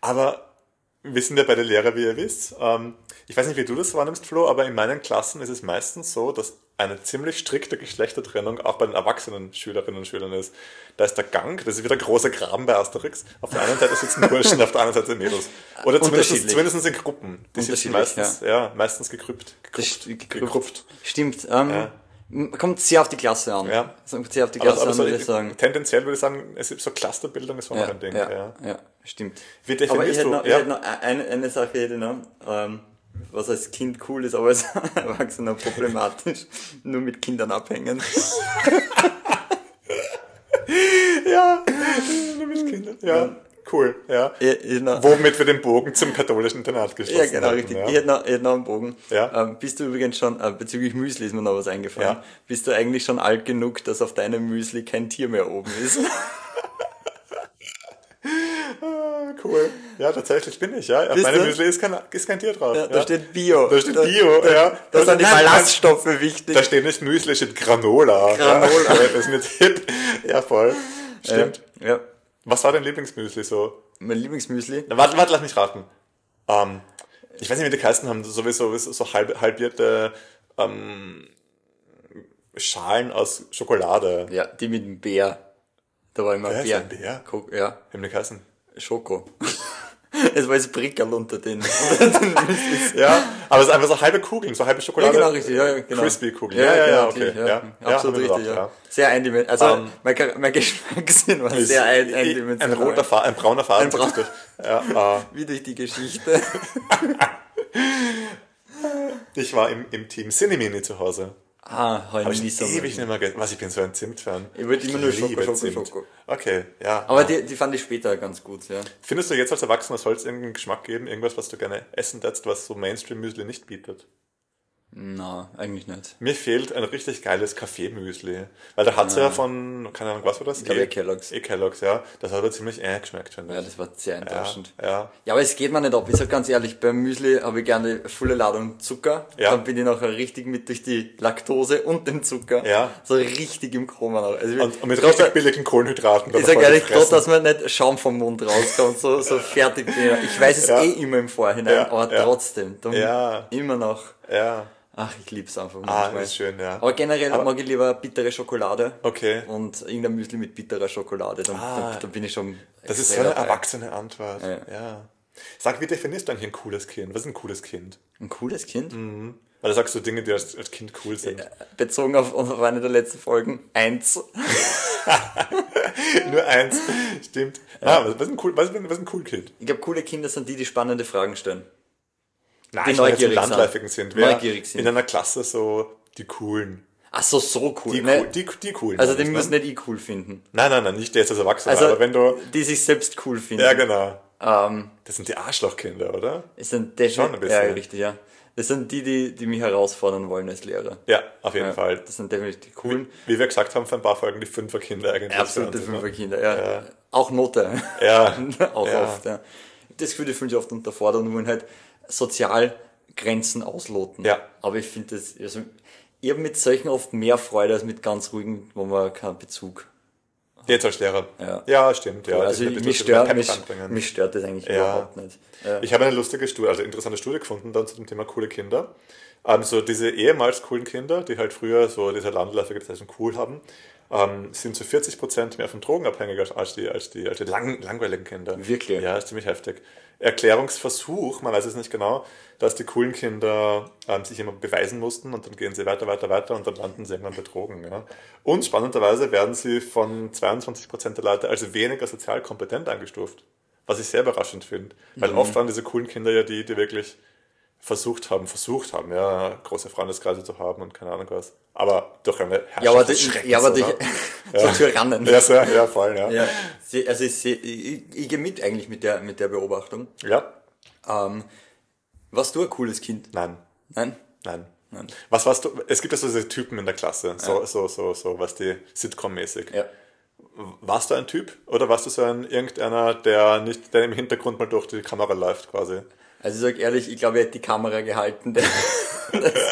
A: Aber wir sind ja beide Lehrer, wie ihr wisst. Ähm, ich weiß nicht, wie du das wahrnimmst, Flo, aber in meinen Klassen ist es meistens so, dass eine ziemlich strikte Geschlechtertrennung auch bei den erwachsenen Schülerinnen und Schülern ist. Da ist der Gang, das ist wieder großer Graben bei Asterix. Auf der einen Seite sitzen Burschen, auf der anderen Seite Mädels. Oder zumindest,
B: Unterschiedlich.
A: zumindest in Gruppen. Die sitzen
B: Unterschiedlich,
A: meistens, ja. meistens gekrüppt.
B: Das
A: Gekrüppt.
B: st- gekrupft. Stimmt. Ähm, m- Kommt sehr auf die Klasse an.
A: Ja.
B: Es Kommt sehr auf die
A: Aber,
B: Klasse
A: aber
B: an,
A: so,
B: würde ich sagen.
A: tendenziell würde ich sagen, es ist so Clusterbildung ist auch noch ein Ding. Ja.
B: ja, ja, stimmt.
A: Wie
B: Aber
A: definierst
B: ich hätte
A: du-
B: noch,
A: ja.
B: ich hätte noch eine, eine Sache hätte ich noch, ähm, was als Kind cool ist, aber als Erwachsener problematisch. Nur mit Kindern abhängen.
A: Ja, nur mit Kindern. Ja, cool. Ja.
B: Ich- ich noch-
A: Womit wir den Bogen zum katholischen Internat geschlossen
B: Ja,
A: haben.
B: genau, richtig. Ich,
A: Ja.
B: hätte noch, ich hätte noch einen Bogen.
A: Ja.
B: Ähm, bist du übrigens schon, äh, bezüglich Müsli ist mir noch was eingefallen,
A: Ja.
B: bist du eigentlich schon alt genug, dass auf deinem Müsli kein Tier mehr oben ist?
A: Ah, Cool. Ja, tatsächlich bin ich, ja. Auf
B: Bist
A: meinem
B: du?
A: Müsli ist kein, ist kein Tier drauf.
B: Da steht Bio.
A: Da steht Bio,
B: da,
A: ja.
B: Da
A: Das
B: sind die
A: ist- nein,
B: Ballaststoffe wichtig.
A: Da steht nicht Müsli, steht Granola.
B: Granola.
A: Ja, das ist nicht hip. Ja, voll. Stimmt.
B: Ja. ja.
A: Was war dein Lieblingsmüsli so?
B: Mein Lieblingsmüsli.
A: Na, warte, warte, lass mich raten. Ähm, ich weiß nicht, wie die Kasten haben, sowieso so, so halb, halbierte ähm, Schalen aus Schokolade.
B: Ja, die mit dem Bär. Da war immer
A: Bär ist
B: Bär.
A: ein Bär?
B: Ko- ja,
A: Wie haben die Kasten?
B: Schoko. es war jetzt Brickerl unter den. unter den Müslis.
A: Ja, aber es ist einfach so halbe Kugeln, so halbe
B: ja,
A: Schokolade.
B: genau, richtig. Ja, genau.
A: Crispy-Kugeln. Ja, ja, ja,
B: genau,
A: okay.
B: die,
A: Ja, ja, hab
B: Absolut
A: ich mir
B: richtig,
A: gedacht,
B: ja.
A: ja.
B: Sehr eindimensional. Also,
A: Ähm,
B: mein, Ka- mein Geschmackssinn war
A: Ist-
B: sehr ein-
A: i-
B: eindimensional.
A: ein roter Faden, ein brauner Faden.
B: Ein braun-
A: zieht sich durch. ja, äh,
B: Wie durch die Geschichte.
A: ich war im, im Team Cinemini zu Hause.
B: ah, heute
A: Ich
B: nicht so.
A: ewig nicht mehr ge- Was, ich bin so ein Zimt-Fan.
B: Ich wollte immer nur Schoko,
A: Liebe
B: Schoko,
A: Zimt.
B: Schoko.
A: Okay, ja.
B: Aber die, die fand ich später ganz gut, ja.
A: Findest du jetzt als Erwachsener, soll es irgendeinen Geschmack geben, irgendwas, was du gerne essen darfst, was so Mainstream-Müsli nicht bietet?
B: Na, eigentlich nicht.
A: Mir fehlt ein richtig geiles Kaffeemüsli. Weil da hat's ja von, keine Ahnung, was war das? Ich
B: glaube, eh Kellogg's.
A: E Kellogg's, ja. Das hat aber ziemlich äh geschmeckt, finde
B: Ja,
A: ich.
B: das war sehr enttäuschend.
A: Ja, ja.
B: Ja, aber es geht mir nicht ab. Ich sag ganz ehrlich, beim Müsli habe ich gerne eine volle Ladung Zucker.
A: Ja.
B: Dann bin ich nachher richtig mit durch die Laktose und den Zucker.
A: Ja.
B: So richtig im Koma. noch. Also ich-
A: Und, und mit
B: trotz-
A: richtig billigen Kohlenhydraten.
B: Ich sag ehrlich, Gott, dass mir nicht Schaum vom Mund rauskommt, so, so fertig bin ich. Ich weiß es
A: Ja.
B: eh immer im Vorhinein,
A: Ja,
B: aber
A: ja.
B: trotzdem. Dann
A: Ja.
B: Immer noch.
A: Ja,
B: Ach, ich lieb's einfach
A: ah,
B: manchmal.
A: ist schön, ja.
B: Aber generell mag ich lieber bittere Schokolade.
A: Okay. Ah.
B: Und irgendein Müsli mit bitterer Schokolade. Dann, dann, dann bin ich schon.
A: Das ist so
B: extrem
A: eine
B: dabei.
A: erwachsene Antwort.
B: Ja.
A: Ja. Sag, wie definierst du eigentlich ein cooles Kind? Was ist ein cooles Kind?
B: Ein cooles Kind.
A: Mhm.
B: Äh,
A: Weil du sagst so Dinge, die als, als Kind cool sind.
B: Bezogen auf, auf eine der letzten Folgen. Eins.
A: Nur eins. Stimmt. Ah, was, was, ist ein cool, was, ist ein- was ist ein cool Kind?
B: Ich glaube, coole Kinder sind die, die spannende Fragen stellen.
A: Nein,
B: Die
A: ich meine jetzt die
B: neugierig sind.
A: Landläufigen sind. Wer
B: Neugierig sind.
A: In einer Klasse so die Coolen.
B: Ach so, so cool.
A: Die,
B: ne?
A: cool, die, die Coolen.
B: also,
A: meine
B: die
A: ich,
B: müssen
A: ne?
B: nicht ich cool finden.
A: Nein, nein, nein, nicht der jetzt als Erwachsener.
B: Also,
A: aber wenn du...
B: die sich selbst cool finden.
A: Ja, genau.
B: Ähm,
A: Das sind die Arschlochkinder, oder?
B: es sind das
A: Schon ein bisschen.
B: Ja, richtig, ja. Das sind die, die, die mich herausfordern wollen als Lehrer.
A: Ja, auf jeden
B: Ja,
A: Fall.
B: Das sind definitiv die coolen.
A: Wie wir gesagt haben, für ein paar Folgen die Fünferkinder eigentlich.
B: Absolute
A: sind, ne?
B: Fünferkinder, ja. Auch Note.
A: Ja.
B: auch
A: Ja.
B: oft, ja. Das Gefühl, die fühlen sich oft unterfordert und wollen halt sozial Grenzen ausloten.
A: Ja.
B: Aber ich finde das, also, ich habe mit solchen oft mehr Freude als mit ganz ruhigen, wo man keinen Bezug.
A: Jetzt als Lehrer.
B: Ja.
A: stimmt. Ja.
B: also,
A: Das ist ein
B: mich
A: bisschen so ein
B: stört,
A: Pep
B: mich,
A: ranbringen.
B: mich stört das eigentlich überhaupt nicht. Ja.
A: Ich habe eine lustige Studie, also interessante Studie gefunden dann zu dem Thema coole Kinder. Ähm, so diese ehemals coolen Kinder, die halt früher so diese landläufige Bezeichnung cool haben, ähm, sind zu 40 Prozent mehr von Drogen abhängig als- als die, als die, als die lang, langweiligen Kinder.
B: Wirklich?
A: Ja, ist ziemlich heftig. Erklärungsversuch, man weiß es nicht genau, dass die coolen Kinder ähm, sich immer beweisen mussten und dann gehen sie weiter, weiter, weiter und dann landen sie irgendwann betrogen. Ja. Und spannenderweise werden sie von 22 Prozent der Leute als weniger sozial kompetent eingestuft. Was ich sehr überraschend finde, weil oft waren diese coolen Kinder ja die, die wirklich versucht haben, versucht haben, ja, große Freundeskreise zu haben und keine Ahnung was. Aber durch eine Herrschaft
B: Ja, aber,
A: des
B: die,
A: Schreckens,
B: ja, aber die,
A: oder?
B: so Tyrannen.
A: Ja, sehr, ja, voll, ja.
B: Ja, sie- also ich, seh- ich, ich, ich gehe mit eigentlich mit der, mit der Beobachtung.
A: Ja,
B: Ähm, warst du ein cooles Kind?
A: nein,
B: Nein?
A: nein. Was warst du? Es gibt ja so diese Typen in der Klasse, so, so, so, so, was die Sitcom-mäßig.
B: Ja.
A: Warst du ein Typ oder warst du so ein irgendeiner, der nicht, der im Hintergrund mal durch die Kamera läuft quasi?
B: Also ich sag ehrlich, ich glaube, ich hätte die Kamera gehalten. Das, Nein,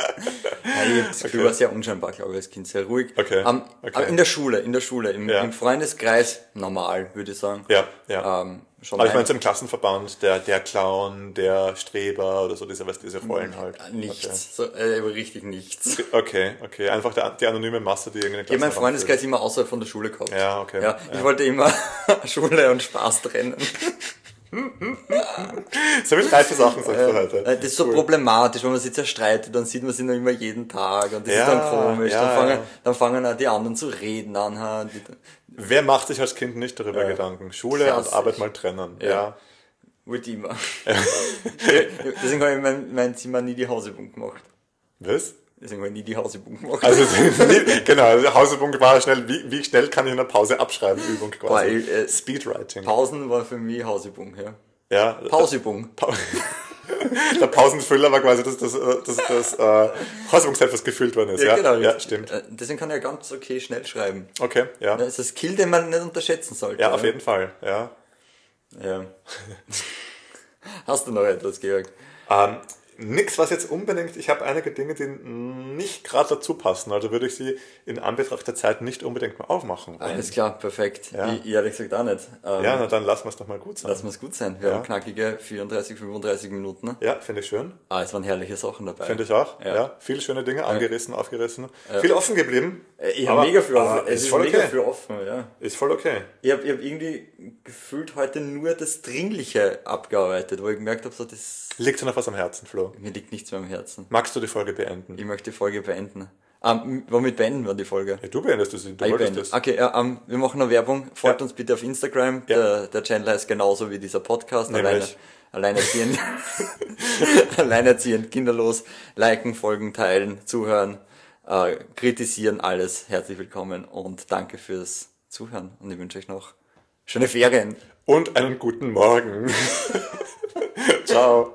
B: ich hab das Gefühl,
A: Okay.
B: war sehr unscheinbar, glaube ich, als Kind, sehr ruhig.
A: Okay,
B: Ähm,
A: okay.
B: Aber in der Schule, in der Schule, im,
A: Ja.
B: im Freundeskreis normal, würde ich sagen.
A: Ja, ja.
B: Ähm, schon
A: Aber ich meine,
B: ein-
A: so im Klassenverband, der, der Clown, der Streber oder so, diese, was diese Rollen halt.
B: nichts, so, äh, aber richtig nichts.
A: Okay, okay. okay. Einfach der, die anonyme Masse, die irgendeine
B: Ich habe meinen
A: Klassenverband
B: Freundeskreis immer außerhalb von der Schule gehabt.
A: Ja, okay.
B: Ja, ich wollte immer Schule und Spaß trennen.
A: führt. So viel reife Sachen sagst du heute.
B: Äh, Das ist so problematisch, wenn man sich zerstreitet, dann sieht man sich noch immer jeden Tag und das ist
A: Ja,
B: dann komisch.
A: ja,
B: dann, fangen,
A: ja.
B: dann fangen auch die anderen zu reden an. ha, die-
A: Wer macht sich als Kind nicht darüber Gedanken? Schule
B: Klassisch.
A: und Arbeit mal trennen. Ja.
B: Wollte ich immer. Deswegen habe ich in mein, mein Zimmer nie die Hausübung gemacht.
A: Was?
B: Deswegen habe ich nie die Hausübung gemamacht.
A: Also, genau, also Hausübung war schnell, wie, wie schnell kann ich in der Pause abschreiben, Übung quasi.
B: Weil, äh,
A: Speedwriting.
B: Pausen war für mich Hausübung, ja.
A: ja, äh,
B: Hausübung.
A: Pa- Der Pausenfüller war quasi das, das, äh, das, das äh, Hausübungsheft, was gefüllt worden ist. Ja, genau, ja,
B: richtig.
A: stimmt.
B: Äh, Deswegen kann ich ja ganz okay schnell schreiben.
A: Okay, ja.
B: Das ist ein Skill, den man nicht unterschätzen sollte.
A: Ja, auf jeden Fall. Ja.
B: Ja. Hast du noch etwas, Georg?
A: Ähm, Nix, was jetzt unbedingt, ich habe einige Dinge, die nicht gerade dazu passen, also würde ich sie in Anbetracht der Zeit nicht unbedingt mal aufmachen wollen.
B: Alles klar, perfekt.
A: Ja.
B: Ich, ich ehrlich gesagt auch nicht. Ähm,
A: Ja, na dann lassen wir es doch mal gut sein.
B: Lassen wir es gut sein. Wir
A: Ja.
B: haben knackige 34, 35 Minuten. ne?
A: ja, finde ich schön.
B: Ah, es waren herrliche Sachen dabei.
A: Finde ich auch.
B: Ja.
A: Ja. viele schöne Dinge, angerissen, aufgerissen. Viel offen geblieben.
B: Äh, Ich
A: Aber-
B: habe mega viel
A: aber
B: offen. Es
A: ist
B: ist
A: voll
B: mega
A: okay.
B: viel offen, ja.
A: Ist voll okay.
B: Ich habe ich hab irgendwie gefühlt heute nur das Dringliche abgearbeitet, wo ich gemerkt habe, so, das,
A: Liegt dir noch was am Herzen, Flo?
B: mir liegt nichts mehr am Herzen.
A: Magst du die Folge beenden?
B: Ich möchte die Folge beenden. Ah, m- womit beenden wir die Folge?
A: Ja, du beendest es, du
B: Ich
A: wolltest
B: beende.
A: es.
B: Okay, ja, ähm, wir machen noch Werbung. Folgt
A: Ja.
B: uns bitte auf Instagram.
A: Ja.
B: Der, der Channel heißt genauso wie dieser Podcast.
A: Nämlich?
B: Alleine, alleinerziehend, alleinerziehend, kinderlos. Liken, folgen, teilen, zuhören, äh, kritisieren, alles. Herzlich willkommen und danke fürs Zuhören. Und ich wünsche euch noch schöne Ferien.
A: Und einen guten Morgen. Ciao.